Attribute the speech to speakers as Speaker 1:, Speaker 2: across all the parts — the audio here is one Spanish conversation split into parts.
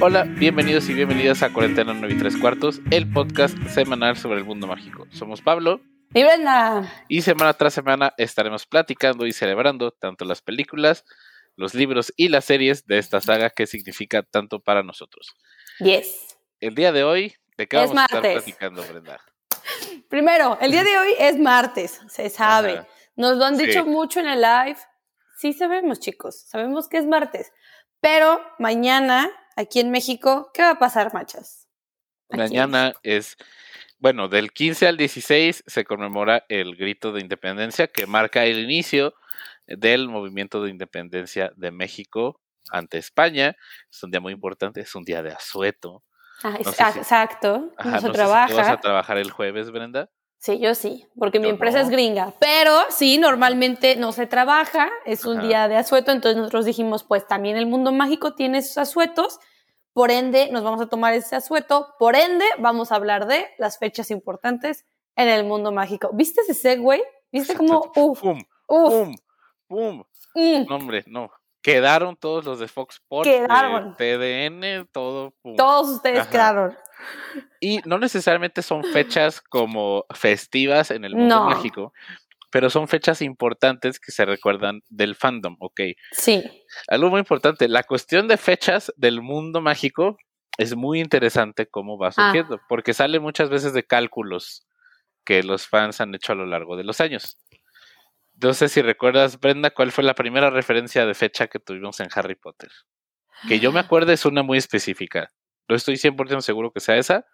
Speaker 1: Hola, bienvenidos y bienvenidas a Cuarentena 9 y 3 Cuartos, el podcast semanal sobre el mundo mágico. Somos Pablo
Speaker 2: Y Brenda,
Speaker 1: y semana tras semana estaremos platicando y celebrando tanto las películas, los libros y las series de esta saga que significa tanto para nosotros.
Speaker 2: yes.
Speaker 1: El día de hoy, ¿de qué
Speaker 2: Es
Speaker 1: vamos a estar
Speaker 2: martes.
Speaker 1: platicando, Brenda?
Speaker 2: Primero, el día de hoy es martes, se sabe.
Speaker 1: Ajá.
Speaker 2: Nos lo han
Speaker 1: Sí.
Speaker 2: dicho mucho en el live. Sí sabemos, chicos, sabemos que es martes. Pero mañana, aquí en México, ¿qué va a pasar, machas? Aquí en
Speaker 1: Mañana es, bueno, del 15 al 16 se conmemora el grito de independencia que marca el inicio del movimiento de independencia de México ante España. Es un día muy importante, es un día de asueto.
Speaker 2: Ah,
Speaker 1: no
Speaker 2: es-
Speaker 1: sé
Speaker 2: ah,
Speaker 1: si-
Speaker 2: Exacto,
Speaker 1: Ajá,
Speaker 2: no se
Speaker 1: no sé si
Speaker 2: trabaja.
Speaker 1: tú vas a trabajar el jueves, Brenda.
Speaker 2: Sí, yo sí, porque mi
Speaker 1: Yo
Speaker 2: empresa es
Speaker 1: no.
Speaker 2: gringa, pero sí, normalmente no se trabaja, es un
Speaker 1: Ajá.
Speaker 2: día de asueto, entonces nosotros dijimos, pues también el mundo mágico tiene sus asuetos, por ende nos vamos a tomar ese asueto, por ende vamos a hablar de las fechas importantes en el mundo mágico. ¿Viste ese segue? ¿Viste cómo? Uf,
Speaker 1: ¡Pum!
Speaker 2: uf,
Speaker 1: ¡Pum! ¡Pum!
Speaker 2: mm,
Speaker 1: No, hombre, no. Quedaron todos los de Fox Sports, de
Speaker 2: Quedaron.
Speaker 1: TDN, todo. pum.
Speaker 2: todos ustedes
Speaker 1: Ajá.
Speaker 2: quedaron.
Speaker 1: Y no necesariamente son fechas como festivas en el mundo
Speaker 2: No.
Speaker 1: mágico, pero son fechas importantes que se recuerdan del fandom, ¿ok?
Speaker 2: Sí,
Speaker 1: Algo muy importante, la cuestión de fechas del mundo mágico es muy interesante cómo va
Speaker 2: Ah.
Speaker 1: surgiendo, porque sale muchas veces de cálculos que los fans han hecho a lo largo de los años. No sé si recuerdas, Brenda, cuál fue la primera referencia de fecha que tuvimos en Harry Potter. Que
Speaker 2: Ah.
Speaker 1: yo me acuerdo es una muy específica. No estoy 100% seguro que sea esa,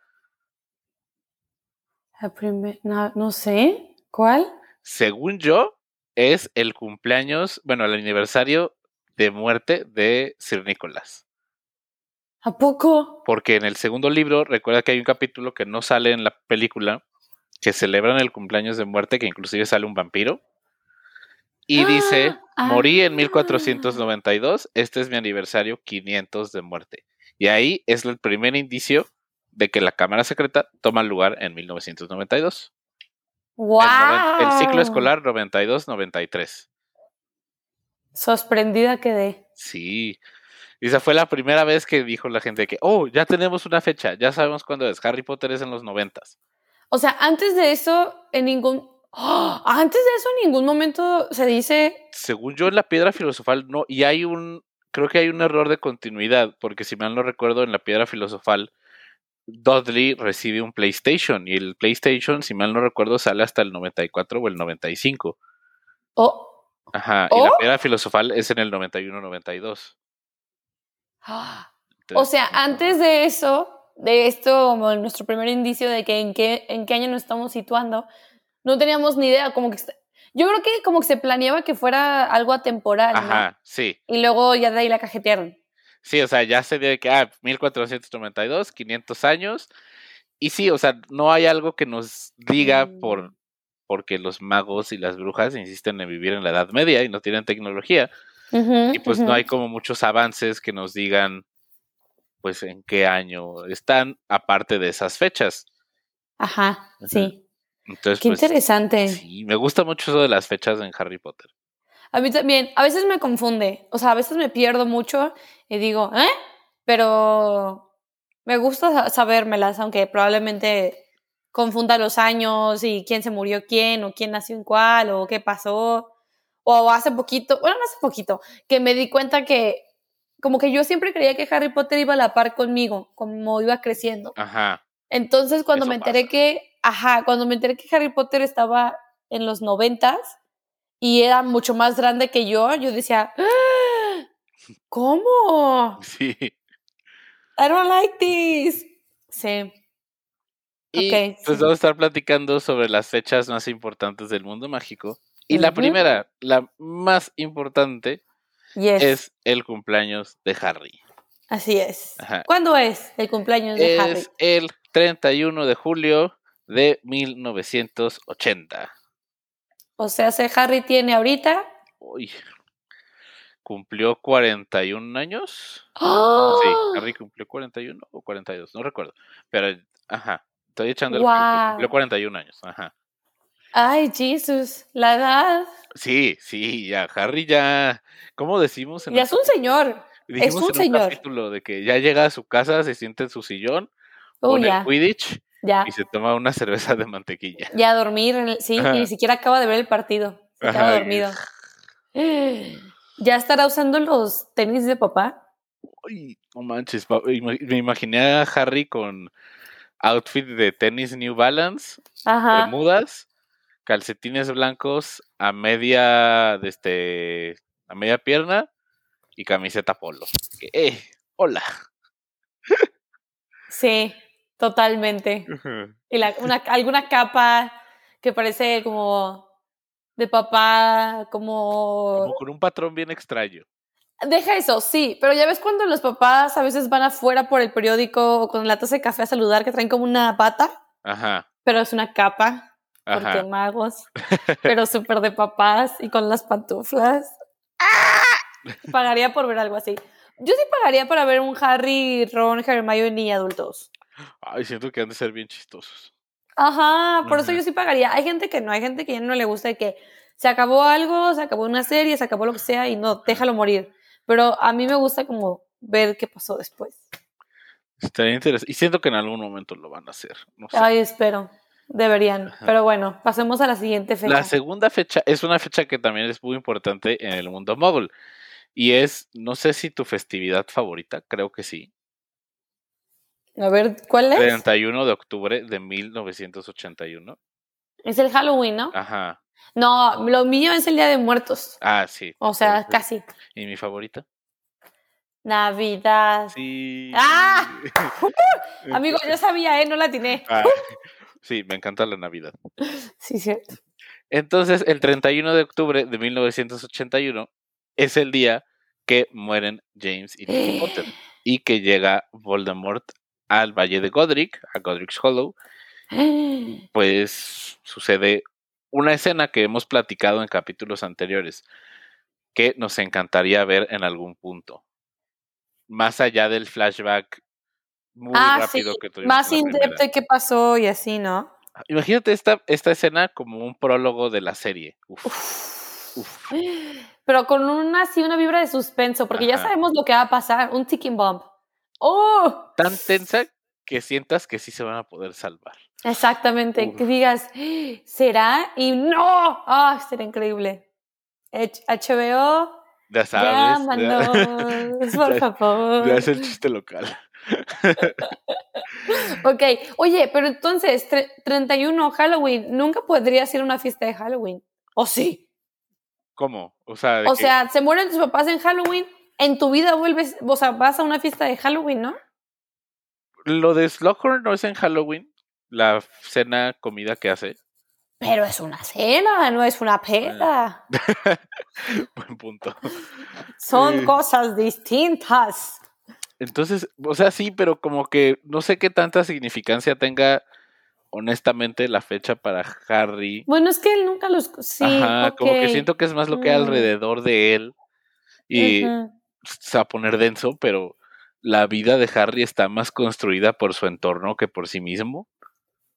Speaker 2: la primer- no, no sé, ¿cuál?
Speaker 1: según yo, es el cumpleaños, bueno, el aniversario de muerte de Sir Nicholas.
Speaker 2: ¿A poco?
Speaker 1: Porque en el segundo libro, recuerda que hay un capítulo que no sale en la película, que celebran el cumpleaños de muerte, que inclusive sale un vampiro. Y dice,
Speaker 2: Ah,
Speaker 1: morí en
Speaker 2: ah.
Speaker 1: 1492, este es mi aniversario 500 de muerte. Y ahí es el primer indicio de que la Cámara Secreta toma lugar en 1992.
Speaker 2: ¡Wow!
Speaker 1: El noven- el ciclo escolar 92-93.
Speaker 2: Sorprendida quedé.
Speaker 1: Sí. Y esa fue la primera vez que dijo la gente que, oh, ya tenemos una fecha, ya sabemos cuándo es. Harry Potter es en los noventas.
Speaker 2: O sea, antes de eso, en ningún. ¡Ah! Antes de eso, en ningún momento se dice.
Speaker 1: Según yo, en la piedra filosofal no, y hay un, creo que hay un error de continuidad, porque si mal no recuerdo, en la piedra filosofal, Dudley recibe un PlayStation, y el PlayStation, si mal no recuerdo, sale hasta el 94 o el 95.
Speaker 2: Oh.
Speaker 1: Ajá, y la
Speaker 2: ¿Oh?
Speaker 1: piedra filosofal es en el 91-92.
Speaker 2: ah". O sea, antes de eso, de esto, como nuestro primer indicio de que en qué, en qué año nos estamos situando, no teníamos ni idea. Como que. est- Yo creo que como que se planeaba que fuera algo atemporal, ¿no?
Speaker 1: Ajá, sí.
Speaker 2: Y luego ya de ahí la cajetearon.
Speaker 1: Sí, o sea, ya se ve que, ah, 1492, 500 años. Y sí, o sea, no hay algo que nos diga por
Speaker 2: Mm.
Speaker 1: porque los magos y las brujas insisten en vivir en la Edad Media y no tienen tecnología.
Speaker 2: Ujú,
Speaker 1: Y pues
Speaker 2: ujú.
Speaker 1: no hay como muchos avances que nos digan, pues, en qué año están, aparte de esas fechas.
Speaker 2: Ajá, sí.
Speaker 1: Entonces,
Speaker 2: Qué
Speaker 1: pues,
Speaker 2: interesante.
Speaker 1: sí, me gusta mucho eso de las fechas en Harry Potter.
Speaker 2: A mí también, a veces me confunde, o sea, a veces me pierdo mucho y digo, ¿eh? Pero me gusta sa- sabérmelas, aunque probablemente confunda los años y quién se murió quién, o quién nació en cuál, o qué pasó. O hace poquito, bueno, no hace poquito, que me di cuenta que como que yo siempre creía que Harry Potter iba a la par conmigo, como iba creciendo.
Speaker 1: Ajá,
Speaker 2: Entonces, cuando
Speaker 1: Eso
Speaker 2: me enteré
Speaker 1: pasa.
Speaker 2: que, ajá, cuando me enteré que Harry Potter estaba en los noventas y era mucho más grande que yo, yo decía, "Ah, ¿cómo?
Speaker 1: sí.
Speaker 2: I don't like this. Sí,
Speaker 1: Y
Speaker 2: Ok,
Speaker 1: pues
Speaker 2: sí.
Speaker 1: vamos a estar platicando sobre las fechas más importantes del mundo mágico. Y la
Speaker 2: Ujú.
Speaker 1: primera, la más importante,
Speaker 2: yes,
Speaker 1: es el cumpleaños de Harry.
Speaker 2: así es.
Speaker 1: Ajá.
Speaker 2: ¿Cuándo es el cumpleaños de Harry?
Speaker 1: Es el 31 de julio de 1980.
Speaker 2: O sea, si Harry tiene ahorita...
Speaker 1: Uy. Cumplió 41 años. Sí,
Speaker 2: ¡Oh!
Speaker 1: Harry cumplió 41 o 42, no recuerdo. Pero, ajá, estoy echando el cálculo, Cumplió
Speaker 2: Guau.
Speaker 1: 41 años, ajá.
Speaker 2: Ay, Jesús, la edad.
Speaker 1: Sí, sí, ya, Harry ya, ¿cómo decimos? en
Speaker 2: Ya
Speaker 1: nuestra
Speaker 2: es un señor.
Speaker 1: Y dijimos
Speaker 2: un
Speaker 1: en
Speaker 2: señor.
Speaker 1: capítulo de que ya llega a su casa, se sienta en su sillón,
Speaker 2: Oh,
Speaker 1: pone
Speaker 2: ya, Ah.
Speaker 1: el Quidditch
Speaker 2: ya.
Speaker 1: y se toma una cerveza de mantequilla.
Speaker 2: Ya a dormir, en el- sí,
Speaker 1: Ajá.
Speaker 2: y ni siquiera acaba de ver el partido. Se queda
Speaker 1: Ajá, y-
Speaker 2: dormido. ¿Ya estará usando los tenis de papá?
Speaker 1: Uy, no manches, pa- ima- me imaginé a Harry con outfit de tenis New Balance,
Speaker 2: Ajá.
Speaker 1: bermudas, calcetines blancos a media de este a media pierna y camiseta polo. Que, Eh, hola.
Speaker 2: Sí, totalmente. Y la- una, alguna capa que parece como de papá,
Speaker 1: Como
Speaker 2: como...
Speaker 1: con un patrón bien extraño.
Speaker 2: Deja eso, sí, pero ya ves cuando los papás a veces van afuera por el periódico o con la taza de café a saludar que traen como una bata,
Speaker 1: Ajá.
Speaker 2: pero es una capa, porque
Speaker 1: Ajá.
Speaker 2: magos, pero súper de papás y con las pantuflas. ¡Ah! Pagaría por ver algo así. Yo sí pagaría para ver un Harry, Ron, Hermione y adultos.
Speaker 1: Ay, siento que han de ser bien chistosos.
Speaker 2: Ajá, por eso
Speaker 1: Ujú.
Speaker 2: yo sí pagaría. Hay gente que no, hay gente que ya no le gusta de que se acabó algo, se acabó una serie, se acabó lo que sea y no, déjalo morir. Pero a mí me gusta como ver qué pasó después.
Speaker 1: Estaría interesante. Y siento que en algún momento lo van a hacer. No sé.
Speaker 2: Ay, espero. Deberían. Pero bueno, pasemos a la siguiente fecha.
Speaker 1: La segunda fecha es una fecha que también es muy importante en el mundo móvil. Y es, no sé si tu festividad favorita, creo que sí.
Speaker 2: a ver, ¿cuál es?
Speaker 1: 31 de octubre de 1981.
Speaker 2: Es el Halloween, ¿no?
Speaker 1: Ajá.
Speaker 2: No, lo mío es el Día de Muertos.
Speaker 1: Ah, sí.
Speaker 2: O sea,
Speaker 1: Entonces,
Speaker 2: casi.
Speaker 1: ¿Y mi favorita?
Speaker 2: Navidad.
Speaker 1: Sí.
Speaker 2: ¡Ah! Amigo, yo sabía, ¿eh? No la tiene.
Speaker 1: Ah, sí, me encanta la Navidad.
Speaker 2: Sí, cierto.
Speaker 1: Entonces, el 31 de octubre de 1981 es el día que mueren James y Harry Potter y que llega Voldemort al Valle de Godric, a Godric's Hollow, pues sucede una escena que hemos platicado en capítulos anteriores que nos encantaría ver en algún punto. Más allá del flashback muy
Speaker 2: Ah, sí.
Speaker 1: rápido que tuvimos.
Speaker 2: Más
Speaker 1: en la primera.
Speaker 2: indepte qué pasó y así, ¿no?
Speaker 1: Imagínate esta, esta escena como un prólogo de la serie. Uf. Uf.
Speaker 2: Pero con una sí, una vibra de suspenso, porque ya
Speaker 1: Ajá.
Speaker 2: sabemos lo que va a pasar, un ticking bomb. ¡Oh!
Speaker 1: Tan tensa que sientas que sí se van a poder salvar.
Speaker 2: Exactamente, que digas, ¿será? Y no, ¡ah! será increíble. H- HBO,
Speaker 1: Ya sabes. ya-
Speaker 2: llámanos, por
Speaker 1: Ya-
Speaker 2: favor.
Speaker 1: ya es el chiste local.
Speaker 2: Ok, oye, pero entonces, tre- 31, Halloween, nunca podrías ir a una fiesta de Halloween. ¿O sí?
Speaker 1: ¿Cómo? O sea, de
Speaker 2: O
Speaker 1: que-
Speaker 2: sea, se mueren tus papás en Halloween, en tu vida vuelves, o sea, vas a una fiesta de Halloween, ¿no?
Speaker 1: Lo de Slughorn no es en Halloween. La cena, comida que hace.
Speaker 2: Pero es una cena, no es una peda.
Speaker 1: Buen punto.
Speaker 2: Son
Speaker 1: Sí.
Speaker 2: cosas distintas.
Speaker 1: Entonces, o sea, sí, pero como que no sé qué tanta significancia tenga, honestamente, la fecha para Harry.
Speaker 2: Bueno, es que él nunca los... Sí,
Speaker 1: Ajá, como que
Speaker 2: ok.
Speaker 1: siento que es más lo que hay
Speaker 2: Mm.
Speaker 1: alrededor de él. Y
Speaker 2: Ujú.
Speaker 1: se va a poner denso, pero la vida de Harry está más construida por su entorno que por sí mismo.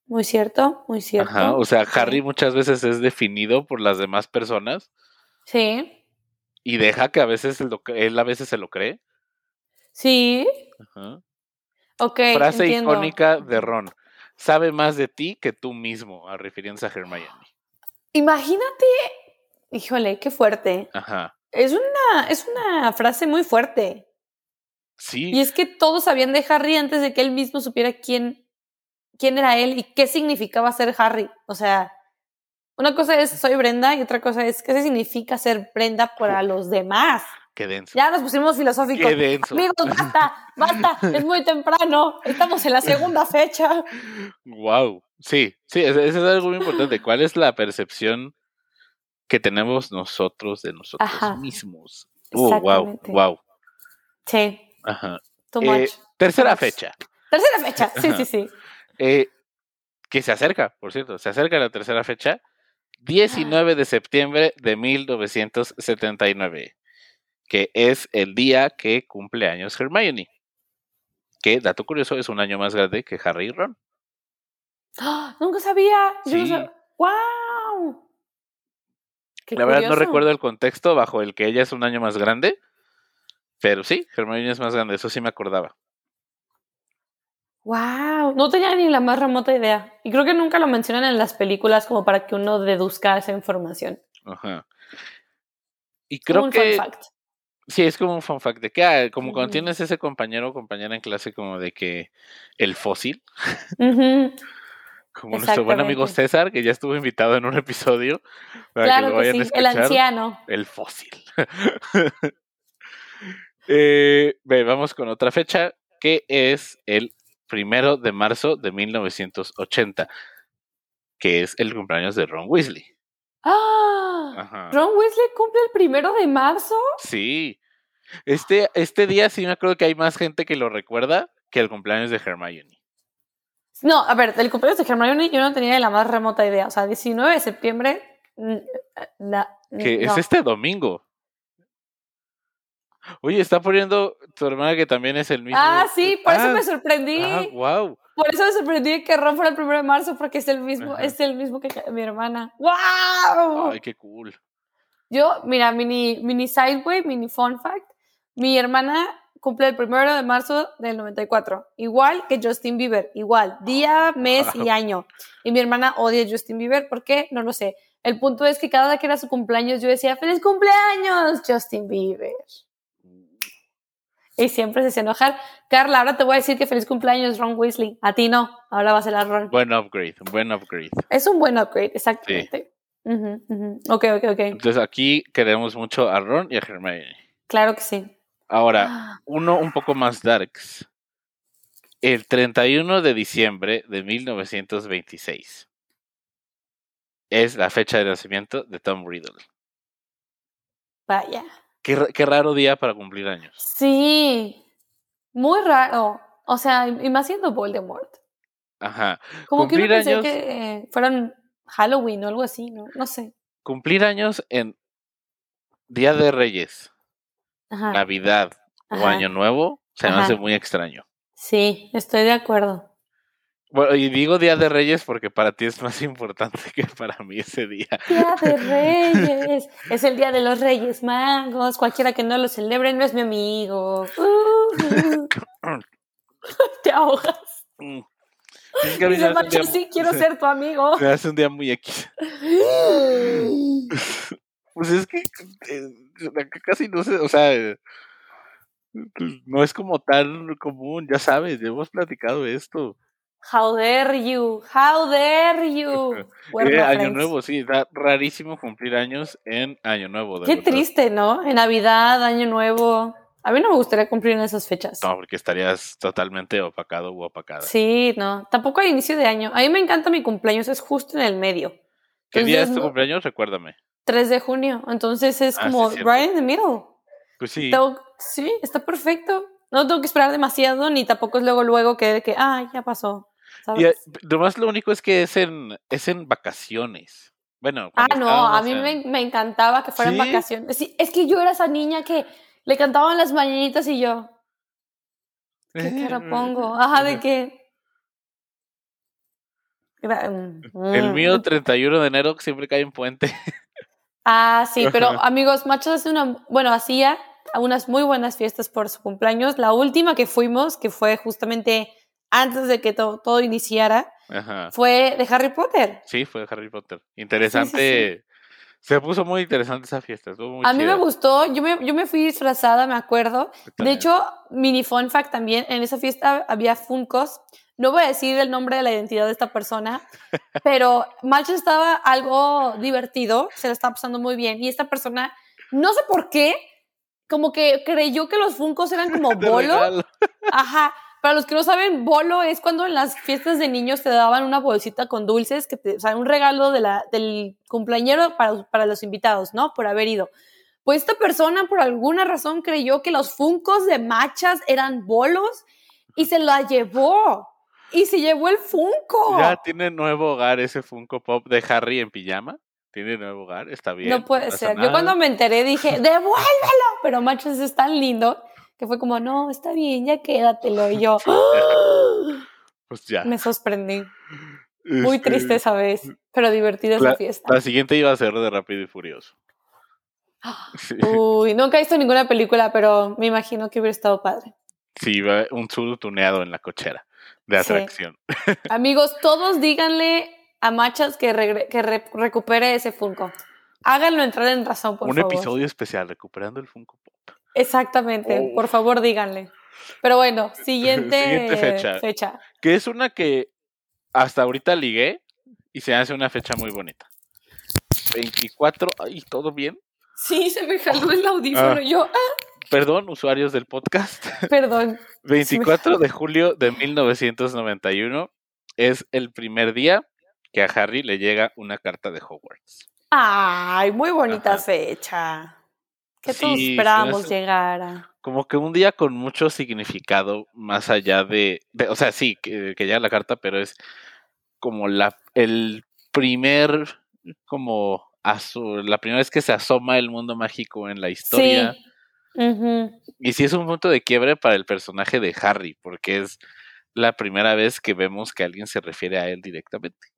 Speaker 2: Muy cierto, muy cierto.
Speaker 1: Ajá, o sea, Harry muchas veces es definido por las demás personas
Speaker 2: Sí,
Speaker 1: y deja que a veces lo cre- él a veces se lo cree.
Speaker 2: sí,
Speaker 1: Ajá.
Speaker 2: ok,
Speaker 1: Frase
Speaker 2: entiendo.
Speaker 1: icónica de Ron. Sabe más de ti que tú mismo, a refiriéndose a Hermione.
Speaker 2: Imagínate, híjole, qué fuerte.
Speaker 1: Ajá.
Speaker 2: Es una, es una frase muy fuerte. Y
Speaker 1: Sí,
Speaker 2: es que todos sabían de Harry antes de que él mismo supiera quién, quién era él y qué significaba ser Harry. O sea, una cosa es soy Brenda y otra cosa es qué significa ser Brenda para los demás.
Speaker 1: qué denso.
Speaker 2: Ya nos pusimos filosóficos.
Speaker 1: Qué denso.
Speaker 2: Amigos, basta, basta, es muy temprano, estamos en la segunda fecha.
Speaker 1: Wow. Sí, sí, eso es algo muy importante. ¿Cuál es la percepción que tenemos nosotros de nosotros
Speaker 2: Ajá.
Speaker 1: mismos? Oh, wow,
Speaker 2: Exactamente.
Speaker 1: wow.
Speaker 2: Sí,
Speaker 1: Ajá.
Speaker 2: too
Speaker 1: Eh,
Speaker 2: much.
Speaker 1: tercera
Speaker 2: Vamos.
Speaker 1: fecha.
Speaker 2: Tercera fecha, sí, sí, sí.
Speaker 1: eh, que se acerca, por cierto, se acerca la tercera fecha, 19 de septiembre de 1979, que es el día que cumple años Hermione. Que, dato curioso, es un año más grande que Harry y Ron.
Speaker 2: ¡Ah! Nunca sabía. Yo no
Speaker 1: Sí.
Speaker 2: sabía. ¡Wow! Qué
Speaker 1: la verdad no
Speaker 2: curioso.
Speaker 1: recuerdo el contexto bajo el que ella es un año más grande, Pero sí, Hermione es más grande, eso sí me acordaba.
Speaker 2: Wow, no tenía ni la más remota idea. Y creo que nunca lo mencionan en las películas como para que uno deduzca esa información.
Speaker 1: Ajá. Y creo
Speaker 2: como un
Speaker 1: que
Speaker 2: fun fact.
Speaker 1: sí, es como un fun fact de que ah, como cuando
Speaker 2: Ujú.
Speaker 1: tienes ese compañero o compañera en clase como de que el fósil,
Speaker 2: Ujú.
Speaker 1: como nuestro buen amigo
Speaker 2: Exactamente.
Speaker 1: César que ya estuvo invitado en un episodio para que lo
Speaker 2: Claro que
Speaker 1: vayan
Speaker 2: sí,
Speaker 1: a
Speaker 2: el
Speaker 1: escuchar.
Speaker 2: anciano.
Speaker 1: El fósil. Eh, ve, vamos con otra fecha, que es el primero de marzo de 1980, que es el cumpleaños de Ron Weasley.
Speaker 2: ¡Ah!
Speaker 1: Ajá.
Speaker 2: Ron Weasley cumple el primero de marzo.
Speaker 1: Sí. Este, este día sí me acuerdo que hay más gente que lo recuerda que el cumpleaños de Hermione.
Speaker 2: No, a ver, del cumpleaños de Hermione yo no tenía ni la más remota idea. O sea, 19 de septiembre. mm, la- mm,
Speaker 1: Que
Speaker 2: Eh, no.
Speaker 1: es este domingo. Oye, está poniendo tu hermana que también es el mismo.
Speaker 2: Ah, sí, por eso
Speaker 1: Ah,
Speaker 2: me sorprendí.
Speaker 1: Ah, wow.
Speaker 2: Por eso me sorprendí de que Ron fuera el primero de marzo, porque es el mismo,
Speaker 1: Ajá.
Speaker 2: es el mismo que mi hermana. ¡Wow!
Speaker 1: Ay, qué cool.
Speaker 2: Yo, mira, mini, mini sideway, mini fun fact. Mi hermana cumple el primero de marzo del 94, igual que Justin Bieber, igual, día, mes y
Speaker 1: Wow.
Speaker 2: año. Y mi hermana odia a Justin Bieber, ¿por qué? No lo sé. El punto es que cada vez que era su cumpleaños yo decía, feliz cumpleaños, Justin Bieber. Y siempre se hacía enojar. Carla, ahora te voy a decir que feliz cumpleaños, Ron Weasley. A ti no, ahora va a ser la Ron.
Speaker 1: Buen upgrade, buen upgrade.
Speaker 2: Es un buen upgrade, exactamente. Ujú, ujú. Ok, ok, ok.
Speaker 1: Entonces aquí queremos mucho a Ron y a Hermione.
Speaker 2: Claro que sí. Ah.
Speaker 1: Ahora, uno un poco más darks. El 31 de diciembre de 1926 es la fecha de nacimiento de Tom Riddle.
Speaker 2: Vaya.
Speaker 1: Qué, ra- qué raro día para cumplir años.
Speaker 2: Sí. Muy raro. O sea, y y más siendo Voldemort.
Speaker 1: Ajá.
Speaker 2: Como que uno
Speaker 1: Cumplir
Speaker 2: pensé
Speaker 1: años.
Speaker 2: que eh, fueran Halloween o algo así, ¿no? No sé.
Speaker 1: Cumplir años en Día de Reyes,
Speaker 2: Ajá.
Speaker 1: Navidad o
Speaker 2: Ah. ajá.
Speaker 1: Año Nuevo se me
Speaker 2: Ajá.
Speaker 1: hace muy extraño.
Speaker 2: Sí, estoy de acuerdo.
Speaker 1: Bueno, y digo Día de Reyes porque para ti es más importante que para mí ese día.
Speaker 2: Día de Reyes. es el día de los Reyes Magos. Cualquiera que no lo celebre no es mi amigo. Ujú. Te ahogas.
Speaker 1: Mm. Es que a mí
Speaker 2: Dice
Speaker 1: se me hace un
Speaker 2: Pancho,
Speaker 1: día-
Speaker 2: sí, quiero ser tu amigo.
Speaker 1: se me hace un día muy X. Pues es que eh, acá casi no sé, o sea, eh, pues no es como tan común, ya sabes, ya hemos platicado esto.
Speaker 2: How dare you? How dare you? We're
Speaker 1: Eh,
Speaker 2: not
Speaker 1: año
Speaker 2: friends.
Speaker 1: Nuevo, sí, da rarísimo cumplir años en Año Nuevo. de
Speaker 2: Qué
Speaker 1: verdad.
Speaker 2: triste, ¿no? En Navidad, Año Nuevo. A mí no me gustaría cumplir en esas fechas.
Speaker 1: No, porque estarías totalmente opacado u opacada.
Speaker 2: Sí, no. Tampoco al inicio de año. A mí me encanta mi cumpleaños, es justo en el medio.
Speaker 1: ¿Qué día es
Speaker 2: entonces
Speaker 1: tu
Speaker 2: no-
Speaker 1: cumpleaños? Recuérdame.
Speaker 2: 3 de junio. Entonces es
Speaker 1: Ah, sí,
Speaker 2: como
Speaker 1: es cierto.
Speaker 2: right in the middle.
Speaker 1: Pues sí,
Speaker 2: Tengo- sí, está perfecto. No tengo que esperar demasiado, ni tampoco es luego, luego que, que ah, ya pasó.
Speaker 1: y eh,
Speaker 2: ¿sabes?
Speaker 1: nomás lo único es que es en, es en vacaciones. Bueno,
Speaker 2: Ah,
Speaker 1: cuando
Speaker 2: no, a
Speaker 1: estábamos
Speaker 2: mí
Speaker 1: en-
Speaker 2: me, me encantaba que fueran
Speaker 1: ¿Sí?
Speaker 2: vacaciones. Sí, es que yo era esa niña que le cantaban las mañanitas y yo, ¿qué cara pongo? Ajá, de que... Gra- mm,
Speaker 1: El
Speaker 2: mm.
Speaker 1: mío 31 de enero que siempre cae en puente.
Speaker 2: Ah, sí, pero
Speaker 1: Ajá.
Speaker 2: amigos, Machos hace una, bueno, hacía unas muy buenas fiestas por su cumpleaños. La última que fuimos, que fue justamente antes de que to- todo iniciara,
Speaker 1: Ajá.
Speaker 2: fue de Harry Potter.
Speaker 1: Sí, fue Harry Potter. Interesante. Se puso muy interesante esa fiesta. Estuvo muy
Speaker 2: A mí me
Speaker 1: chida.
Speaker 2: gustó, yo me, yo me fui disfrazada, me acuerdo. De
Speaker 1: También.
Speaker 2: hecho, mini fun fact también, en esa fiesta había Funcos. No voy a decir el nombre de la identidad de esta persona, pero Macho estaba algo divertido, se lo estaba pasando muy bien. Y esta persona, no sé por qué, como que creyó que los Funcos eran como
Speaker 1: De
Speaker 2: bolos.
Speaker 1: regalo.
Speaker 2: Ajá. Para los que no saben, bolo es cuando en las fiestas de niños te daban una bolsita con dulces, que te, o sea, un regalo de la, del cumpleañero para, para los invitados, ¿no? Por haber ido. Pues esta persona por alguna razón creyó que los funcos de machas eran bolos y se la llevó. Y se llevó el funco.
Speaker 1: Ya tiene nuevo hogar ese Funko Pop de Harry en pijama. Tiene nuevo hogar, está bien.
Speaker 2: no puede
Speaker 1: pasa
Speaker 2: ser. Yo
Speaker 1: nada.
Speaker 2: cuando me enteré dije, devuélvelo. Pero machas es tan lindo que fue como, no, está bien, ya quédatelo. Y yo
Speaker 1: Pues ya.
Speaker 2: me sorprendí. Muy
Speaker 1: Este,
Speaker 2: triste esa vez, pero divertida esa fiesta.
Speaker 1: La siguiente iba a ser de Rápido y Furioso. Sí,
Speaker 2: Uy, nunca he visto ninguna película, pero me imagino que hubiera estado padre.
Speaker 1: sí, va un Zulu tuneado en la cochera de
Speaker 2: Sí.
Speaker 1: atracción.
Speaker 2: Amigos, todos díganle a Machas que, regre- que re- recupere ese Funko. Háganlo entrar en razón, por
Speaker 1: un
Speaker 2: favor.
Speaker 1: episodio especial recuperando el Funko Pop.
Speaker 2: Exactamente,
Speaker 1: Oh.
Speaker 2: por favor díganle. Pero bueno, siguiente,
Speaker 1: Siguiente fecha.
Speaker 2: fecha.
Speaker 1: Que es una que hasta ahorita ligué y se hace una fecha muy bonita. 24, ay, todo bien.
Speaker 2: Sí, se me jaló el audífono.
Speaker 1: Ah.
Speaker 2: Yo, ah,
Speaker 1: Perdón, usuarios del podcast.
Speaker 2: perdón.
Speaker 1: 24 de julio de 1991 es el primer día que a Harry le llega una carta de Hogwarts.
Speaker 2: Ay, muy bonita
Speaker 1: Ajá.
Speaker 2: fecha. Que
Speaker 1: Sí,
Speaker 2: todos
Speaker 1: se me
Speaker 2: esperábamos
Speaker 1: hace-
Speaker 2: llegara.
Speaker 1: Como que un día con mucho significado más allá de, de- o sea, sí, que, que llega la carta, pero es como la el primer como aso- la primera vez que se asoma el mundo mágico en la historia.
Speaker 2: Sí. Ujú.
Speaker 1: Y sí es un punto de quiebre para el personaje de Harry, porque es la primera vez que vemos que alguien se refiere a él directamente.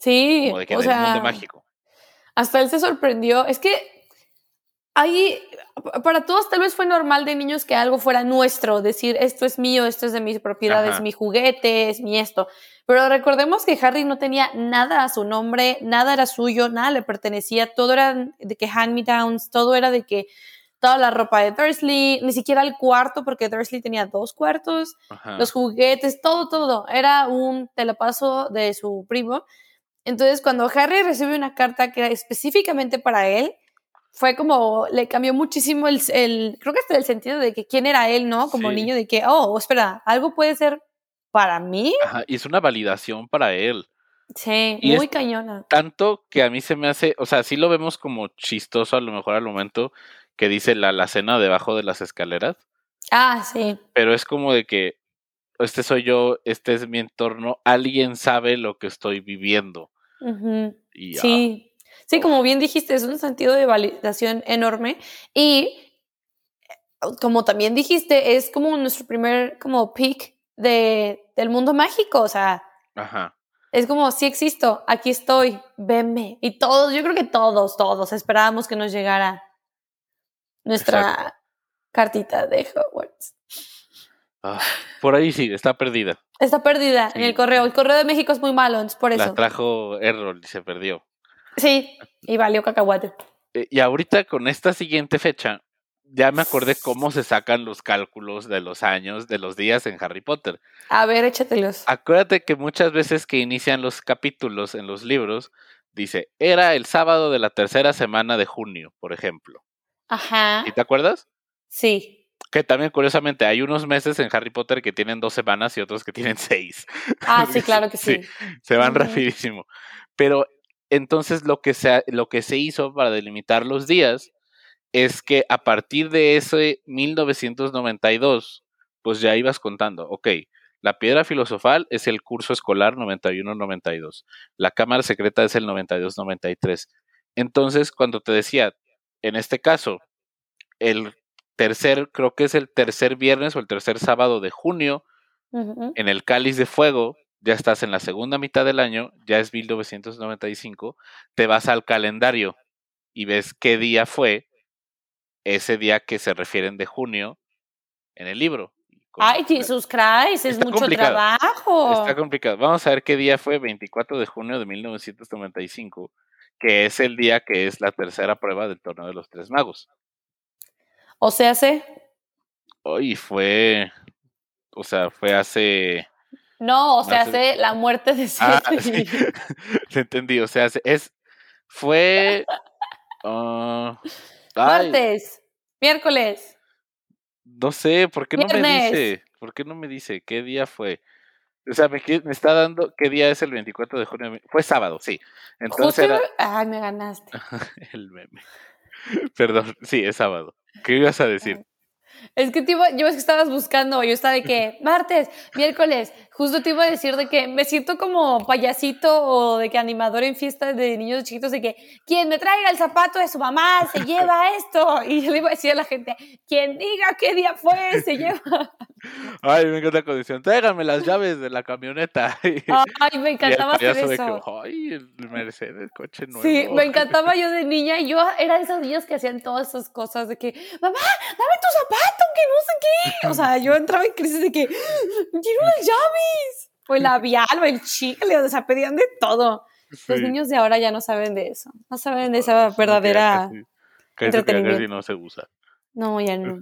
Speaker 2: Sí,
Speaker 1: Como de que
Speaker 2: o
Speaker 1: del
Speaker 2: sea,
Speaker 1: mundo mágico.
Speaker 2: hasta él se sorprendió. Es que ahí, para todos tal vez fue normal de niños que algo fuera nuestro, decir esto es mío, esto es de mis propiedades,
Speaker 1: Ajá.
Speaker 2: mi juguete, es mi esto. Pero recordemos que Harry no tenía nada a su nombre, nada era suyo, nada le pertenecía, todo era de que hand-me-downs, todo era de que toda la ropa de Dursley, ni siquiera el cuarto, porque Dursley tenía dos cuartos
Speaker 1: Ajá.
Speaker 2: los juguetes, todo, todo. Era un telepaso de su primo. Entonces, cuando Harry recibe una carta que era específicamente para él, fue como, le cambió muchísimo el, el- creo que hasta el sentido de que quién era él, ¿no? Como
Speaker 1: Sí.
Speaker 2: niño de que, oh, espera, algo puede ser para mí.
Speaker 1: Ajá, y es una validación para él.
Speaker 2: Sí,
Speaker 1: Y es-
Speaker 2: muy cañona.
Speaker 1: Tanto que a mí se me hace, o sea, sí lo vemos como chistoso a lo mejor al momento que dice la alacena debajo de las escaleras,
Speaker 2: Ah, sí.
Speaker 1: pero es como de que este soy yo, este es mi entorno, alguien sabe lo que estoy viviendo.
Speaker 2: Ujú.
Speaker 1: Y, ah,
Speaker 2: Sí, sí,
Speaker 1: Uf.
Speaker 2: como bien dijiste, es un sentido de validación enorme y eh, como también dijiste, es como nuestro primer como pick de, del mundo mágico, o sea,
Speaker 1: ajá.
Speaker 2: es como, sí existo, aquí estoy, venme. Y todos, yo creo que todos, todos esperábamos que nos llegara nuestra
Speaker 1: Exacto.
Speaker 2: cartita de Hogwarts.
Speaker 1: Ah, por ahí sí, está perdida.
Speaker 2: Está perdida en
Speaker 1: Sí.
Speaker 2: el correo. El correo de México es muy malo, entonces por
Speaker 1: La
Speaker 2: eso.
Speaker 1: trajo Errol y se perdió.
Speaker 2: Sí, y valió cacahuate.
Speaker 1: Eh, Y ahorita con esta siguiente fecha, ya me acordé cómo se sacan los cálculos de los años, de los días en Harry Potter.
Speaker 2: A ver, échatelos.
Speaker 1: Ah, Acuérdate que muchas veces que inician los capítulos en los libros, dice, era el sábado de la tercera semana de junio, por ejemplo.
Speaker 2: Ajá.
Speaker 1: ¿Y te acuerdas?
Speaker 2: Sí.
Speaker 1: Que también, curiosamente, hay unos meses en Harry Potter que tienen dos semanas y otros que tienen seis.
Speaker 2: Ah, sí, claro que
Speaker 1: Sí.
Speaker 2: sí.
Speaker 1: Se van
Speaker 2: Ujú.
Speaker 1: rapidísimo. Pero entonces lo que, se, ha- lo que se hizo para delimitar los días es que a partir de ese 1992, pues ya ibas contando, ok, la piedra filosofal es el curso escolar 91-92, la cámara secreta es el 92-93. Entonces, cuando te decía, en este caso, el tercer, creo que es el tercer viernes o el tercer sábado de junio,
Speaker 2: Ujú.
Speaker 1: en el cáliz de fuego, ya estás en la segunda mitad del año, ya es 1995, te vas al calendario y ves qué día fue ese día que se refieren de junio en el libro. Con-
Speaker 2: Ay, Jesus Christ, es
Speaker 1: Está
Speaker 2: mucho
Speaker 1: complicado.
Speaker 2: trabajo.
Speaker 1: Está complicado. Vamos a ver qué día fue 24 de junio de 1995, que es el día que es la tercera prueba del torneo de los tres magos.
Speaker 2: o sea, hace.
Speaker 1: Hoy fue, o sea, fue hace
Speaker 2: No, o sea,
Speaker 1: Hace-
Speaker 2: hace la muerte de
Speaker 1: Ah,
Speaker 2: Cedric.
Speaker 1: sí. Te entendí. O sea, se- es. Fue. ah, ay,
Speaker 2: Martes, miércoles.
Speaker 1: no sé, ¿por qué no me
Speaker 2: Viernes.
Speaker 1: dice? ¿Por qué no me dice qué día fue? O sea, me, qui- me está dando qué día es el 24 de junio. de mi- Fue sábado, sí. Entonces
Speaker 2: Justo.
Speaker 1: era Ah.
Speaker 2: Ay, me ganaste.
Speaker 1: el meme. Perdón, sí, es sábado. ¿Qué ibas a decir?
Speaker 2: Es que te iba- yo es que estabas buscando, yo estaba de que martes, miércoles, justo te iba a decir de que me siento como payasito o de que animador en fiestas de niños chiquitos de que quien me traiga el zapato de su mamá se lleva esto. Y yo le iba a decir a la gente, quien diga qué día fue, se lleva.
Speaker 1: Ay, me encanta la condición. Tráigame las llaves de la camioneta. Y-
Speaker 2: Ay, me
Speaker 1: y el
Speaker 2: encantaba hacer
Speaker 1: payaso de
Speaker 2: eso.
Speaker 1: que, Ay, el Mercedes, coche nuevo.
Speaker 2: Sí, me encantaba yo de niña y yo era de esas niñas que hacían todas esas cosas de que, mamá, dame tu zapato, que no sé qué. O sea, yo entraba en crisis de que, quiero las llaves. O el labial, o el chicle, o sea, pedían de todo. Los
Speaker 1: Sí.
Speaker 2: niños de ahora ya no saben de eso. No saben de
Speaker 1: Ah, sí,
Speaker 2: esa
Speaker 1: ya
Speaker 2: verdadera...
Speaker 1: casi- casi- casi
Speaker 2: entretenimiento.
Speaker 1: no se usa.
Speaker 2: No, ya no.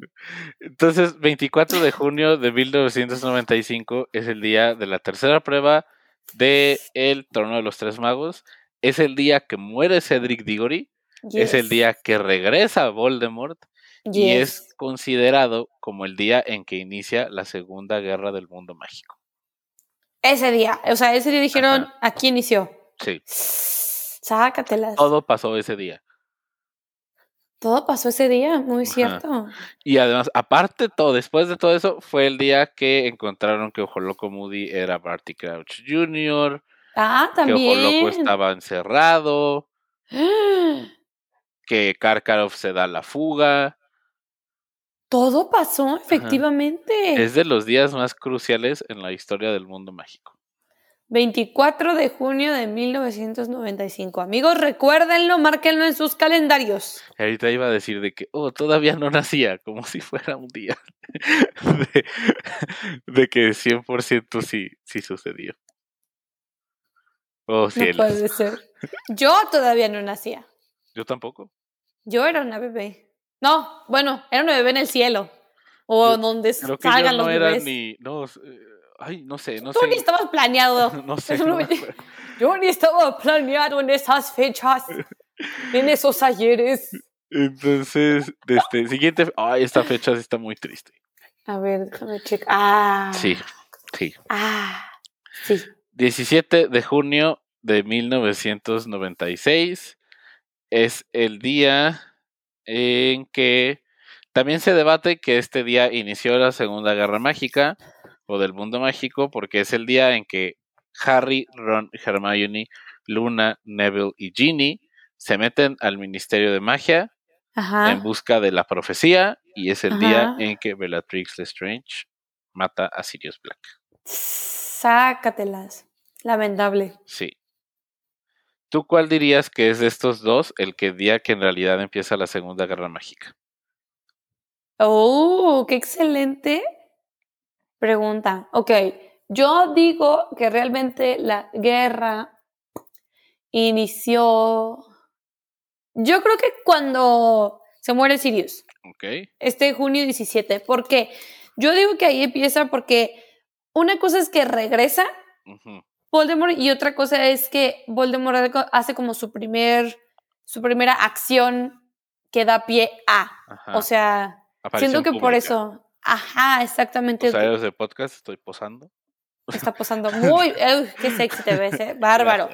Speaker 1: Entonces, 24 de junio de 1995 es el día de la tercera prueba de El Trono de los Tres Magos. Es el día que muere Cedric Diggory. Es el
Speaker 2: Yes,
Speaker 1: día que regresa Voldemort. Y
Speaker 2: yes.
Speaker 1: es considerado como el día en que inicia la Segunda Guerra del Mundo Mágico.
Speaker 2: Ese día, o sea, ese día dijeron,
Speaker 1: Ajá.
Speaker 2: aquí inició.
Speaker 1: Sí,
Speaker 2: Sácatelas. Todo,
Speaker 1: todo pasó ese día.
Speaker 2: pasó ese día, muy
Speaker 1: Ajá.
Speaker 2: cierto.
Speaker 1: Y además, aparte de todo, después de todo eso, fue el día que encontraron que Ojo Loco Moody era Barty Crouch Jr.,
Speaker 2: Ah,
Speaker 1: que Ojo Loco
Speaker 2: también.
Speaker 1: estaba encerrado, que Karkaroff se da la fuga.
Speaker 2: Todo pasó, efectivamente.
Speaker 1: Es de los días más cruciales en la historia del mundo mágico.
Speaker 2: 24 de junio de 1995. Amigos, recuérdenlo, márquenlo en sus calendarios.
Speaker 1: Ahorita iba a decir de que, oh, todavía no nacía, como si fuera un día de, de que 100% sí, sí sucedió. Oh,
Speaker 2: No
Speaker 1: cielos.
Speaker 2: puede ser. Yo todavía no nacía.
Speaker 1: Yo tampoco.
Speaker 2: Yo era una bebé. No, bueno, era una bebé en el cielo. O
Speaker 1: Yo
Speaker 2: donde
Speaker 1: Creo que yo
Speaker 2: salgan
Speaker 1: no
Speaker 2: los
Speaker 1: era
Speaker 2: bebés.
Speaker 1: ni. No, s- eh, ay, no sé, no
Speaker 2: Tú
Speaker 1: sé.
Speaker 2: ni estabas planeado.
Speaker 1: No sé.
Speaker 2: Eso no
Speaker 1: no me
Speaker 2: me-
Speaker 1: acuerdo.
Speaker 2: Yo ni estaba planeado en esas fechas, en esos ayeres.
Speaker 1: Entonces, este, siguiente. Ay, esta fecha sí está muy triste.
Speaker 2: A ver, déjame checar. Ah,
Speaker 1: Sí, sí.
Speaker 2: Ah, sí.
Speaker 1: 17 de junio de 1996 es el día en que también se debate que este día inició la Segunda Guerra Mágica o del mundo mágico porque es el día en que Harry, Ron, Hermione, Luna, Neville y Ginny se meten al Ministerio de Magia
Speaker 2: Ajá.
Speaker 1: en busca de la profecía y es el día
Speaker 2: Ah. Ajá.
Speaker 1: en que Bellatrix Lestrange mata a Sirius Black.
Speaker 2: Sácatelas. Lamentable.
Speaker 1: Sí. ¿Tú cuál dirías que es de estos dos el que día que en realidad empieza la Segunda Guerra Mágica?
Speaker 2: Oh, qué excelente pregunta. Ok, yo digo que realmente la guerra inició. Yo creo que cuando se muere Sirius.
Speaker 1: ¿Ok?
Speaker 2: este junio 17. ¿Por qué? Yo digo que ahí empieza porque una cosa es que regresa
Speaker 1: ujú,
Speaker 2: Voldemort y otra cosa es que Voldemort alco- hace como su primer su primera acción que da pie a.
Speaker 1: ajá,
Speaker 2: O sea, siento
Speaker 1: Ah, aparición
Speaker 2: que por
Speaker 1: pública.
Speaker 2: eso. Ajá, exactamente.
Speaker 1: O sea, los de podcast estoy posando.
Speaker 2: está posando muy. ¡Uy, qué sexy te ves, eh! Bárbaro.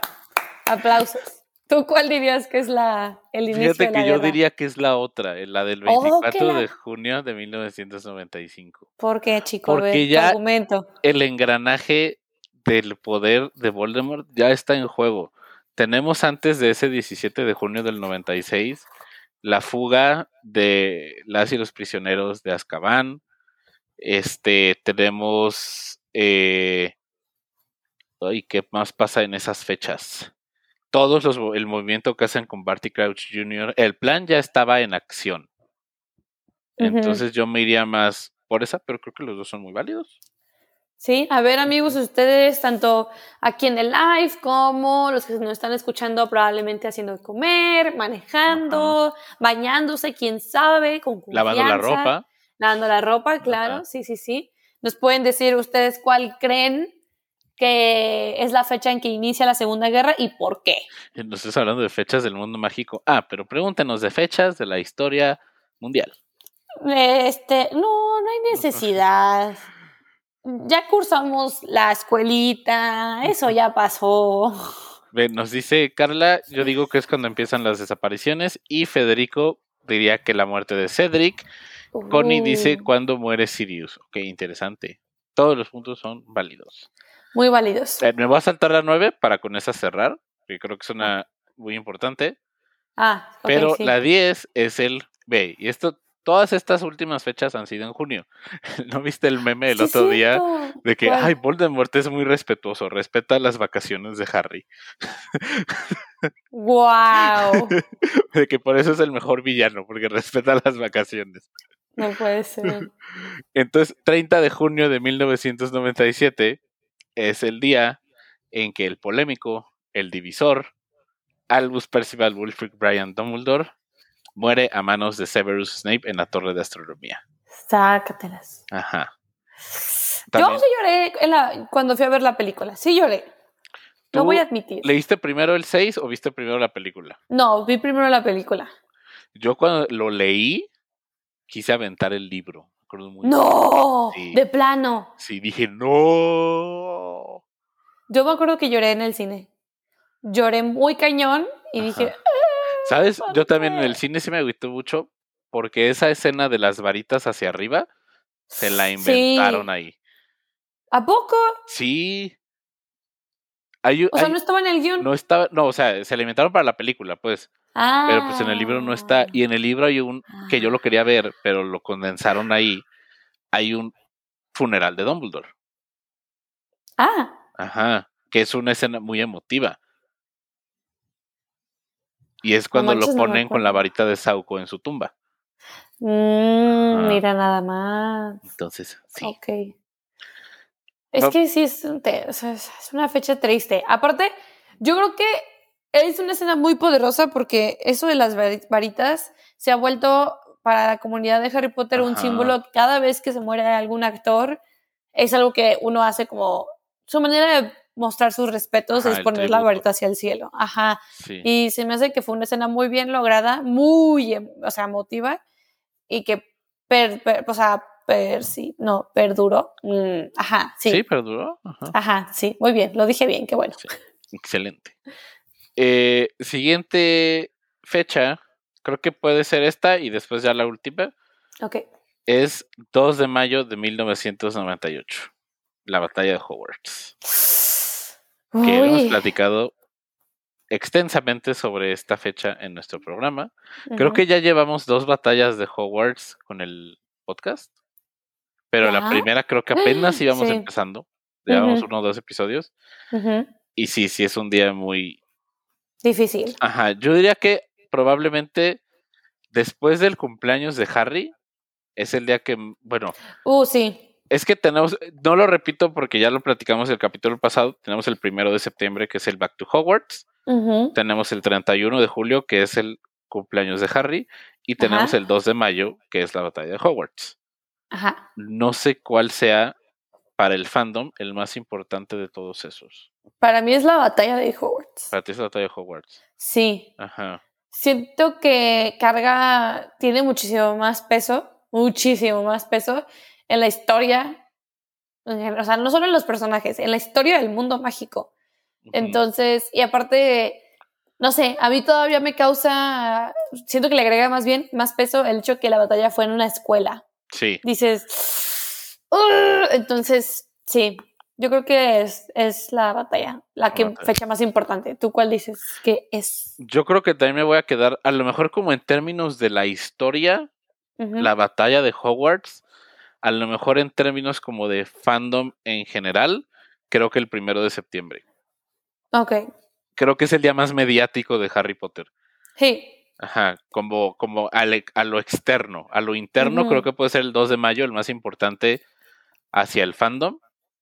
Speaker 2: Aplausos. ¿Tú cuál dirías que es la, el inicio
Speaker 1: Fíjate
Speaker 2: de la
Speaker 1: que yo
Speaker 2: guerra?
Speaker 1: diría que es la otra, eh, la del
Speaker 2: Oh,
Speaker 1: 24
Speaker 2: que la-
Speaker 1: de junio de 1995.
Speaker 2: ¿Por qué, chico?
Speaker 1: Porque
Speaker 2: A ver, tu
Speaker 1: ya-
Speaker 2: argumento.
Speaker 1: El engranaje del poder de Voldemort ya está en juego. Tenemos antes de ese 17 de junio del 96 la fuga de las y los prisioneros de Azkaban. Este, tenemos. Eh, ay, ¿Qué más pasa en esas fechas? Todos los, mo- el movimiento que hacen con Barty Crouch Jr., el plan ya estaba en acción.
Speaker 2: Ujú.
Speaker 1: Entonces yo me iría más por esa, pero creo que los dos son muy válidos.
Speaker 2: Sí, a ver amigos, ustedes, tanto aquí en el live como los que nos están escuchando probablemente haciendo de comer, manejando, bañándose, quién sabe, con confianza.
Speaker 1: Lavando la ropa.
Speaker 2: Lavando la ropa, claro,
Speaker 1: Ajá.
Speaker 2: sí, sí, sí. Nos pueden decir ustedes cuál creen que es la fecha en que inicia la Segunda Guerra y por qué.
Speaker 1: Entonces, hablando de fechas del mundo mágico. Ah, pero pregúntenos de fechas de la historia mundial.
Speaker 2: Este, no, no hay necesidad. Ya cursamos la escuelita, eso ya pasó.
Speaker 1: Ve, Nos dice Carla, yo digo que es cuando empiezan las desapariciones y Federico diría que la muerte de Cedric. Connie
Speaker 2: Uh,
Speaker 1: dice cuándo muere Sirius. Ok, interesante. Todos los puntos son válidos.
Speaker 2: Muy válidos.
Speaker 1: Eh, Me voy a saltar la 9 para con esa cerrar, que creo que es una muy importante.
Speaker 2: Ah, ok,
Speaker 1: Pero
Speaker 2: sí.
Speaker 1: la 10 es el B. Y esto, todas estas últimas fechas han sido en junio. ¿No viste el meme el
Speaker 2: Sí,
Speaker 1: otro día?
Speaker 2: cierto.
Speaker 1: De que,
Speaker 2: ¿Cuál?
Speaker 1: ay, Voldemort es muy respetuoso, respeta las vacaciones de Harry.
Speaker 2: ¡Guau!
Speaker 1: De que por eso es el mejor villano, porque respeta las vacaciones.
Speaker 2: No puede ser.
Speaker 1: Entonces, 30 de junio de 1997 es el día en que el polémico, el divisor, Albus Percival Wulfric Brian Dumbledore, muere a manos de Severus Snape en la Torre de Astronomía.
Speaker 2: Sácatelas.
Speaker 1: Ajá.
Speaker 2: Yo
Speaker 1: También,
Speaker 2: sí lloré en la- cuando fui a ver la película. Sí lloré. No
Speaker 1: ¿tú
Speaker 2: voy a admitir.
Speaker 1: ¿Leíste primero el 6 o viste primero la película?
Speaker 2: No, vi primero la película.
Speaker 1: Yo cuando lo leí, quise aventar el libro. Me acuerdo muy
Speaker 2: ¡No!
Speaker 1: Sí.
Speaker 2: De plano.
Speaker 1: Sí, dije, no.
Speaker 2: Yo me acuerdo que lloré en el cine. Lloré muy cañón y
Speaker 1: Ajá.
Speaker 2: dije,
Speaker 1: ¿Sabes?
Speaker 2: ¿Por
Speaker 1: Yo también en
Speaker 2: qué?
Speaker 1: el cine sí me agüité mucho porque esa escena de las varitas hacia arriba se la
Speaker 2: Sí.
Speaker 1: inventaron ahí.
Speaker 2: ¿a poco?
Speaker 1: Sí. Hay,
Speaker 2: O sea,
Speaker 1: hay-
Speaker 2: no estaba en el guión.
Speaker 1: no estaba, no, o sea, se la inventaron para la película, pues,
Speaker 2: Ah.
Speaker 1: pero pues en el libro no está y en el libro hay un que yo lo quería ver, pero lo condensaron ahí. Hay un funeral de Dumbledore.
Speaker 2: Ah,
Speaker 1: Ajá, que es una escena muy emotiva. Y es cuando
Speaker 2: manches,
Speaker 1: lo
Speaker 2: no me
Speaker 1: ponen con la
Speaker 2: acuerdo.
Speaker 1: varita de Sauco en su tumba.
Speaker 2: Mm,
Speaker 1: Ajá.
Speaker 2: mira nada más.
Speaker 1: Entonces, sí.
Speaker 2: Ok. Es
Speaker 1: No.
Speaker 2: que sí, es, un te- o sea, es es una fecha triste. Aparte, yo creo que es una escena muy poderosa porque eso de las vari- varitas se ha vuelto para la comunidad de Harry Potter un
Speaker 1: Ajá.
Speaker 2: símbolo. que Cada vez que se muere algún actor, es algo que uno hace como su manera de mostrar sus respetos
Speaker 1: Ajá,
Speaker 2: es
Speaker 1: el
Speaker 2: poner la
Speaker 1: tributo.
Speaker 2: varita hacia el cielo. Ajá.
Speaker 1: Sí.
Speaker 2: Y se me hace que fue una escena muy bien lograda, muy, em- o sea, emotiva y que, per, per- o sea, per, sí, no, perduró. Mm, ajá, sí,
Speaker 1: Sí, perduró. Ajá.
Speaker 2: Ajá, sí, muy bien, lo dije bien, qué bueno.
Speaker 1: Excelente. Eh, siguiente fecha, creo que puede ser esta y después ya la última,
Speaker 2: Ok.
Speaker 1: es 2 de mayo de 1998, la batalla de Hogwarts, que hemos
Speaker 2: Uy,
Speaker 1: platicado extensamente sobre esta fecha en nuestro programa. Creo
Speaker 2: ujú.
Speaker 1: que ya llevamos dos batallas de Hogwarts con el podcast, pero la
Speaker 2: ¿Ya?
Speaker 1: primera creo que apenas íbamos
Speaker 2: Sí.
Speaker 1: empezando, llevamos
Speaker 2: Ujú.
Speaker 1: uno o dos episodios.
Speaker 2: Ujú,
Speaker 1: Y sí, sí es un día muy...
Speaker 2: Difícil.
Speaker 1: Ajá, yo diría que probablemente después del cumpleaños de Harry es el día que... mm, Bueno,
Speaker 2: Uh, sí.
Speaker 1: es que tenemos... eh, No lo repito porque ya lo platicamos el capítulo pasado. Tenemos el primero de septiembre que es el Back to Hogwarts.
Speaker 2: Ujú.
Speaker 1: Tenemos el 31 de julio que es el cumpleaños de Harry. Y tenemos
Speaker 2: Ajá.
Speaker 1: el 2 de mayo que es la batalla de Hogwarts.
Speaker 2: Ajá.
Speaker 1: No sé cuál sea para el fandom el más importante de todos esos.
Speaker 2: Para mí es la batalla de Hogwarts.
Speaker 1: Para ti es la batalla de Hogwarts.
Speaker 2: Sí.
Speaker 1: Ajá.
Speaker 2: Siento que carga, tiene muchísimo más peso, muchísimo más peso en la historia, en gen- o sea, no solo en los personajes, en la historia del mundo mágico.
Speaker 1: Ujú.
Speaker 2: Entonces, y aparte, no sé, a mí todavía me causa, siento que le agrega más bien, más peso el hecho que la batalla fue en una escuela.
Speaker 1: Sí.
Speaker 2: Dices, "Ugh". entonces, sí, yo creo que es, es la batalla, la que
Speaker 1: batalla.
Speaker 2: fecha más importante. ¿Tú cuál dices que es?
Speaker 1: Yo creo que también me voy a quedar, a lo mejor como en términos de la historia,
Speaker 2: Ujú.
Speaker 1: la batalla de Hogwarts, a lo mejor en términos como de fandom en general, creo que el primero de septiembre.
Speaker 2: Ok.
Speaker 1: Creo que es el día más mediático de Harry Potter.
Speaker 2: Sí,
Speaker 1: Ajá, como, como al e- a lo externo, a lo interno
Speaker 2: Ujú.
Speaker 1: creo que puede ser el 2 de mayo el más importante hacia el fandom,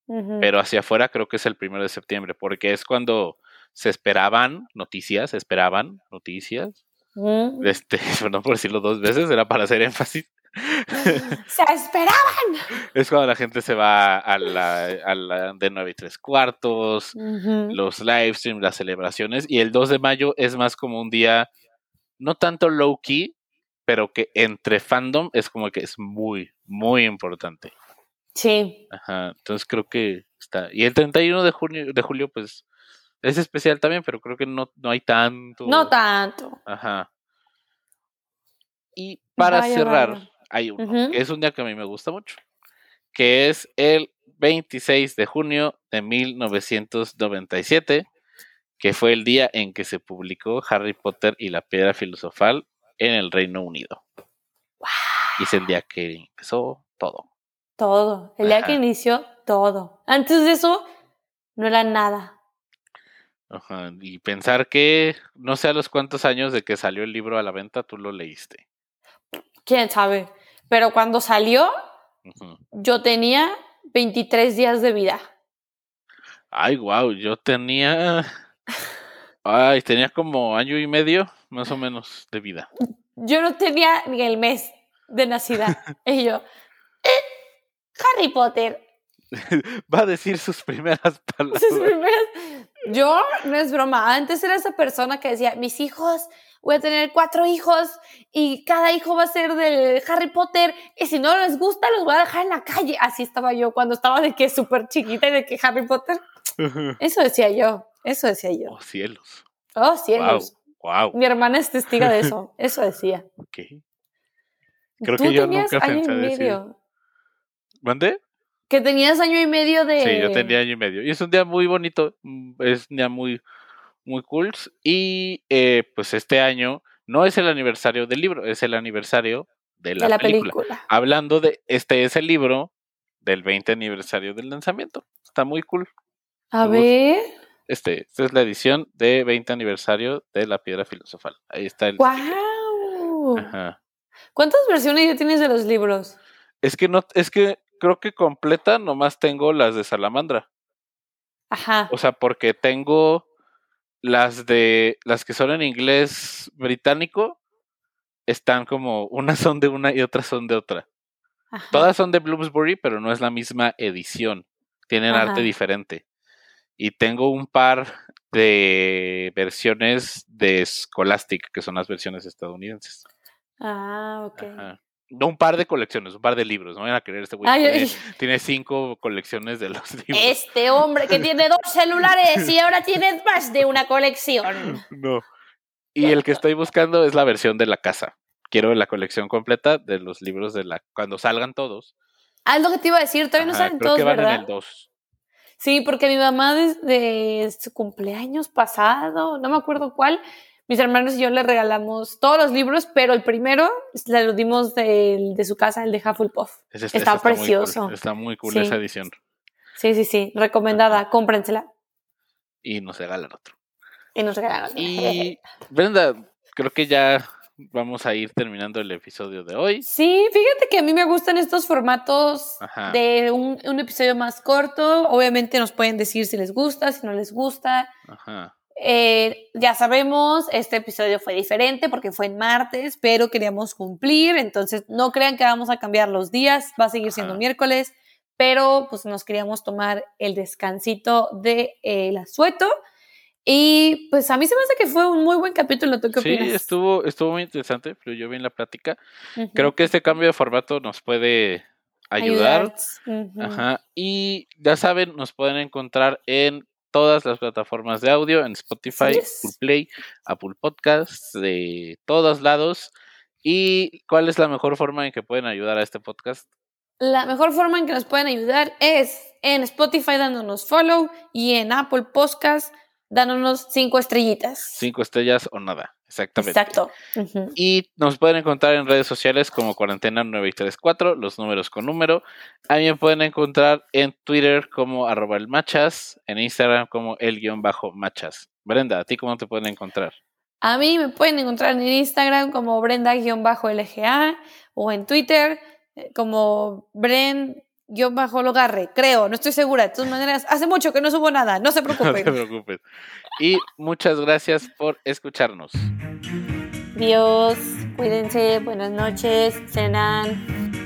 Speaker 2: ujú,
Speaker 1: pero hacia afuera creo que es el primero de septiembre, porque es cuando se esperaban noticias, se esperaban noticias,
Speaker 2: ujú.
Speaker 1: Este, perdón por decirlo dos veces, era para hacer énfasis.
Speaker 2: Se espera.
Speaker 1: Es cuando la gente se va a la, a la de 9 y 3 cuartos,
Speaker 2: Ujú,
Speaker 1: los live streams, las celebraciones. Y el 2 de mayo es más como un día, no tanto low key, pero que entre fandom es como que es muy, muy importante.
Speaker 2: Sí.
Speaker 1: Ajá, entonces creo que está. Y el 31 de, junio, de julio, pues es especial también, pero creo que no, no hay tanto.
Speaker 2: No tanto.
Speaker 1: Ajá. Y para
Speaker 2: Vaya,
Speaker 1: cerrar,
Speaker 2: vaya.
Speaker 1: hay uno,
Speaker 2: Ujú.
Speaker 1: que es un día que a mí me gusta mucho, que es el 26 de junio de 1997, que fue el día en que se publicó Harry Potter y la Piedra Filosofal en el Reino Unido. Y es el día que empezó todo.
Speaker 2: Todo. El día que
Speaker 1: Ajá.
Speaker 2: inició, todo. Antes de eso, no era nada.
Speaker 1: Ajá, Y pensar que no sé a los cuántos años de que salió el libro a la venta, tú lo leíste.
Speaker 2: ¿Quién sabe? Pero cuando salió,
Speaker 1: Ujú.
Speaker 2: yo tenía 23 días de vida.
Speaker 1: Ay, wow, yo tenía. Ay, tenía como año y medio, más o menos, de vida.
Speaker 2: Yo no tenía ni el mes de nacida. y yo, "Eh, Harry Potter.
Speaker 1: Va a decir sus primeras palabras.
Speaker 2: Sus primeras- Yo, no es broma, antes era esa persona que decía, mis hijos, voy a tener cuatro hijos y cada hijo va a ser del Harry Potter y si no les gusta los voy a dejar en la calle. Así estaba yo cuando estaba de que súper chiquita y de que Harry Potter. Eso decía yo, eso decía yo.
Speaker 1: Oh, cielos.
Speaker 2: Oh, cielos.
Speaker 1: Wow,
Speaker 2: Mi hermana es testigo de eso, eso decía.
Speaker 1: ok. Creo
Speaker 2: Tú
Speaker 1: que yo
Speaker 2: tenías
Speaker 1: nunca
Speaker 2: año y
Speaker 1: pensé decir-
Speaker 2: medio.
Speaker 1: ¿Mandé?
Speaker 2: Que tenías año y medio de...
Speaker 1: Sí, yo tenía año y medio. Y es un día muy bonito, mm, es un día muy, muy cool. Y eh, pues este año no es el aniversario del libro, es el aniversario de la,
Speaker 2: de la
Speaker 1: película.
Speaker 2: película.
Speaker 1: Hablando de, este es el libro del 20 aniversario del lanzamiento. Está muy cool.
Speaker 2: A
Speaker 1: Me gusta.
Speaker 2: ver.
Speaker 1: Este, esta es la edición de 20 aniversario de la piedra filosofal. Ahí está el... sticker.
Speaker 2: ¡Wow!
Speaker 1: Ajá.
Speaker 2: ¿Cuántas versiones ya tienes de los libros?
Speaker 1: Es que no, es que creo que completa nomás tengo las de Salamandra.
Speaker 2: Ajá.
Speaker 1: O sea, porque tengo las de las que son en inglés británico están como unas son de una y otras son de otra.
Speaker 2: ajá.
Speaker 1: Todas son de Bloomsbury, pero no es la misma edición. Tienen
Speaker 2: Ajá.
Speaker 1: arte diferente. Y tengo un par de versiones de Scholastic, que son las versiones estadounidenses.
Speaker 2: Ah, ok.
Speaker 1: Ajá. No un par de colecciones, un par de libros. No vayan a querer este güey.
Speaker 2: Ay,
Speaker 1: tiene,
Speaker 2: ay,
Speaker 1: tiene cinco colecciones de los libros.
Speaker 2: este hombre que tiene dos celulares y ahora tiene más de una colección.
Speaker 1: Ah, No. Y el que estoy buscando es la versión de la casa. Quiero la colección completa de los libros de la cuando salgan todos.
Speaker 2: Ah, es lo que te iba a decir, todavía no
Speaker 1: Ajá,
Speaker 2: salen
Speaker 1: creo
Speaker 2: todos,
Speaker 1: que van en
Speaker 2: ¿verdad?
Speaker 1: el 2.
Speaker 2: Sí, porque mi mamá desde su cumpleaños pasado, no me acuerdo cuál, mis hermanos y yo le regalamos todos los libros, pero el primero le lo dimos del- de, su casa, el de Hufflepuff.
Speaker 1: Ese- ese
Speaker 2: Está
Speaker 1: muy cool,
Speaker 2: precioso.
Speaker 1: este, Está muy cool
Speaker 2: Sí.
Speaker 1: esa edición.
Speaker 2: Sí, sí, sí, recomendada, cómprensela.
Speaker 1: Y nos regalan otro.
Speaker 2: Y nos regalaron.
Speaker 1: Y Brenda, creo que ya vamos a ir terminando el episodio de hoy.
Speaker 2: Sí, fíjate que a mí me gustan estos formatos
Speaker 1: Ajá.
Speaker 2: de un, un episodio más corto. Obviamente nos pueden decir si les gusta, si no les gusta.
Speaker 1: Ajá.
Speaker 2: Eh, ya sabemos, este episodio fue diferente porque fue en martes, pero queríamos cumplir. Entonces, no crean que vamos a cambiar los días, va a seguir siendo
Speaker 1: Ajá.
Speaker 2: miércoles, pero pues nos queríamos tomar el descansito de, eh, el asueto. Y pues a mí se me hace que fue un muy buen capítulo. ¿Tú qué
Speaker 1: Sí,
Speaker 2: opinas?
Speaker 1: estuvo, estuvo muy interesante, fluyó bien la plática.
Speaker 2: Ujú.
Speaker 1: Creo que este cambio de formato nos puede ayudar.
Speaker 2: Ujú.
Speaker 1: Ajá. Y ya saben, nos pueden encontrar en todas las plataformas de audio, en Spotify,
Speaker 2: Yes.
Speaker 1: Google Play, Apple Podcasts, de todos lados. ¿Y cuál es la mejor forma en que pueden ayudar a este podcast?
Speaker 2: La mejor forma en que nos pueden ayudar es en Spotify dándonos follow y en Apple Podcast dándonos cinco estrellitas.
Speaker 1: Cinco estrellas o nada, exactamente.
Speaker 2: Exacto. Ujú.
Speaker 1: Y nos pueden encontrar en redes sociales como cuarentena 934, los números con número. También pueden encontrar en Twitter como arroba el machas, en Instagram como el guión bajo machas. Brenda, ¿a ti cómo te pueden encontrar?
Speaker 2: A mí me pueden encontrar en Instagram como Brenda-LGA o en Twitter eh, como Bren-Logarre, creo, no estoy segura. De todas maneras, hace mucho que no subo nada, no se
Speaker 1: No te
Speaker 2: preocupen.
Speaker 1: preocupes. Y muchas gracias por escucharnos.
Speaker 2: Dios, cuídense, buenas noches, cenan.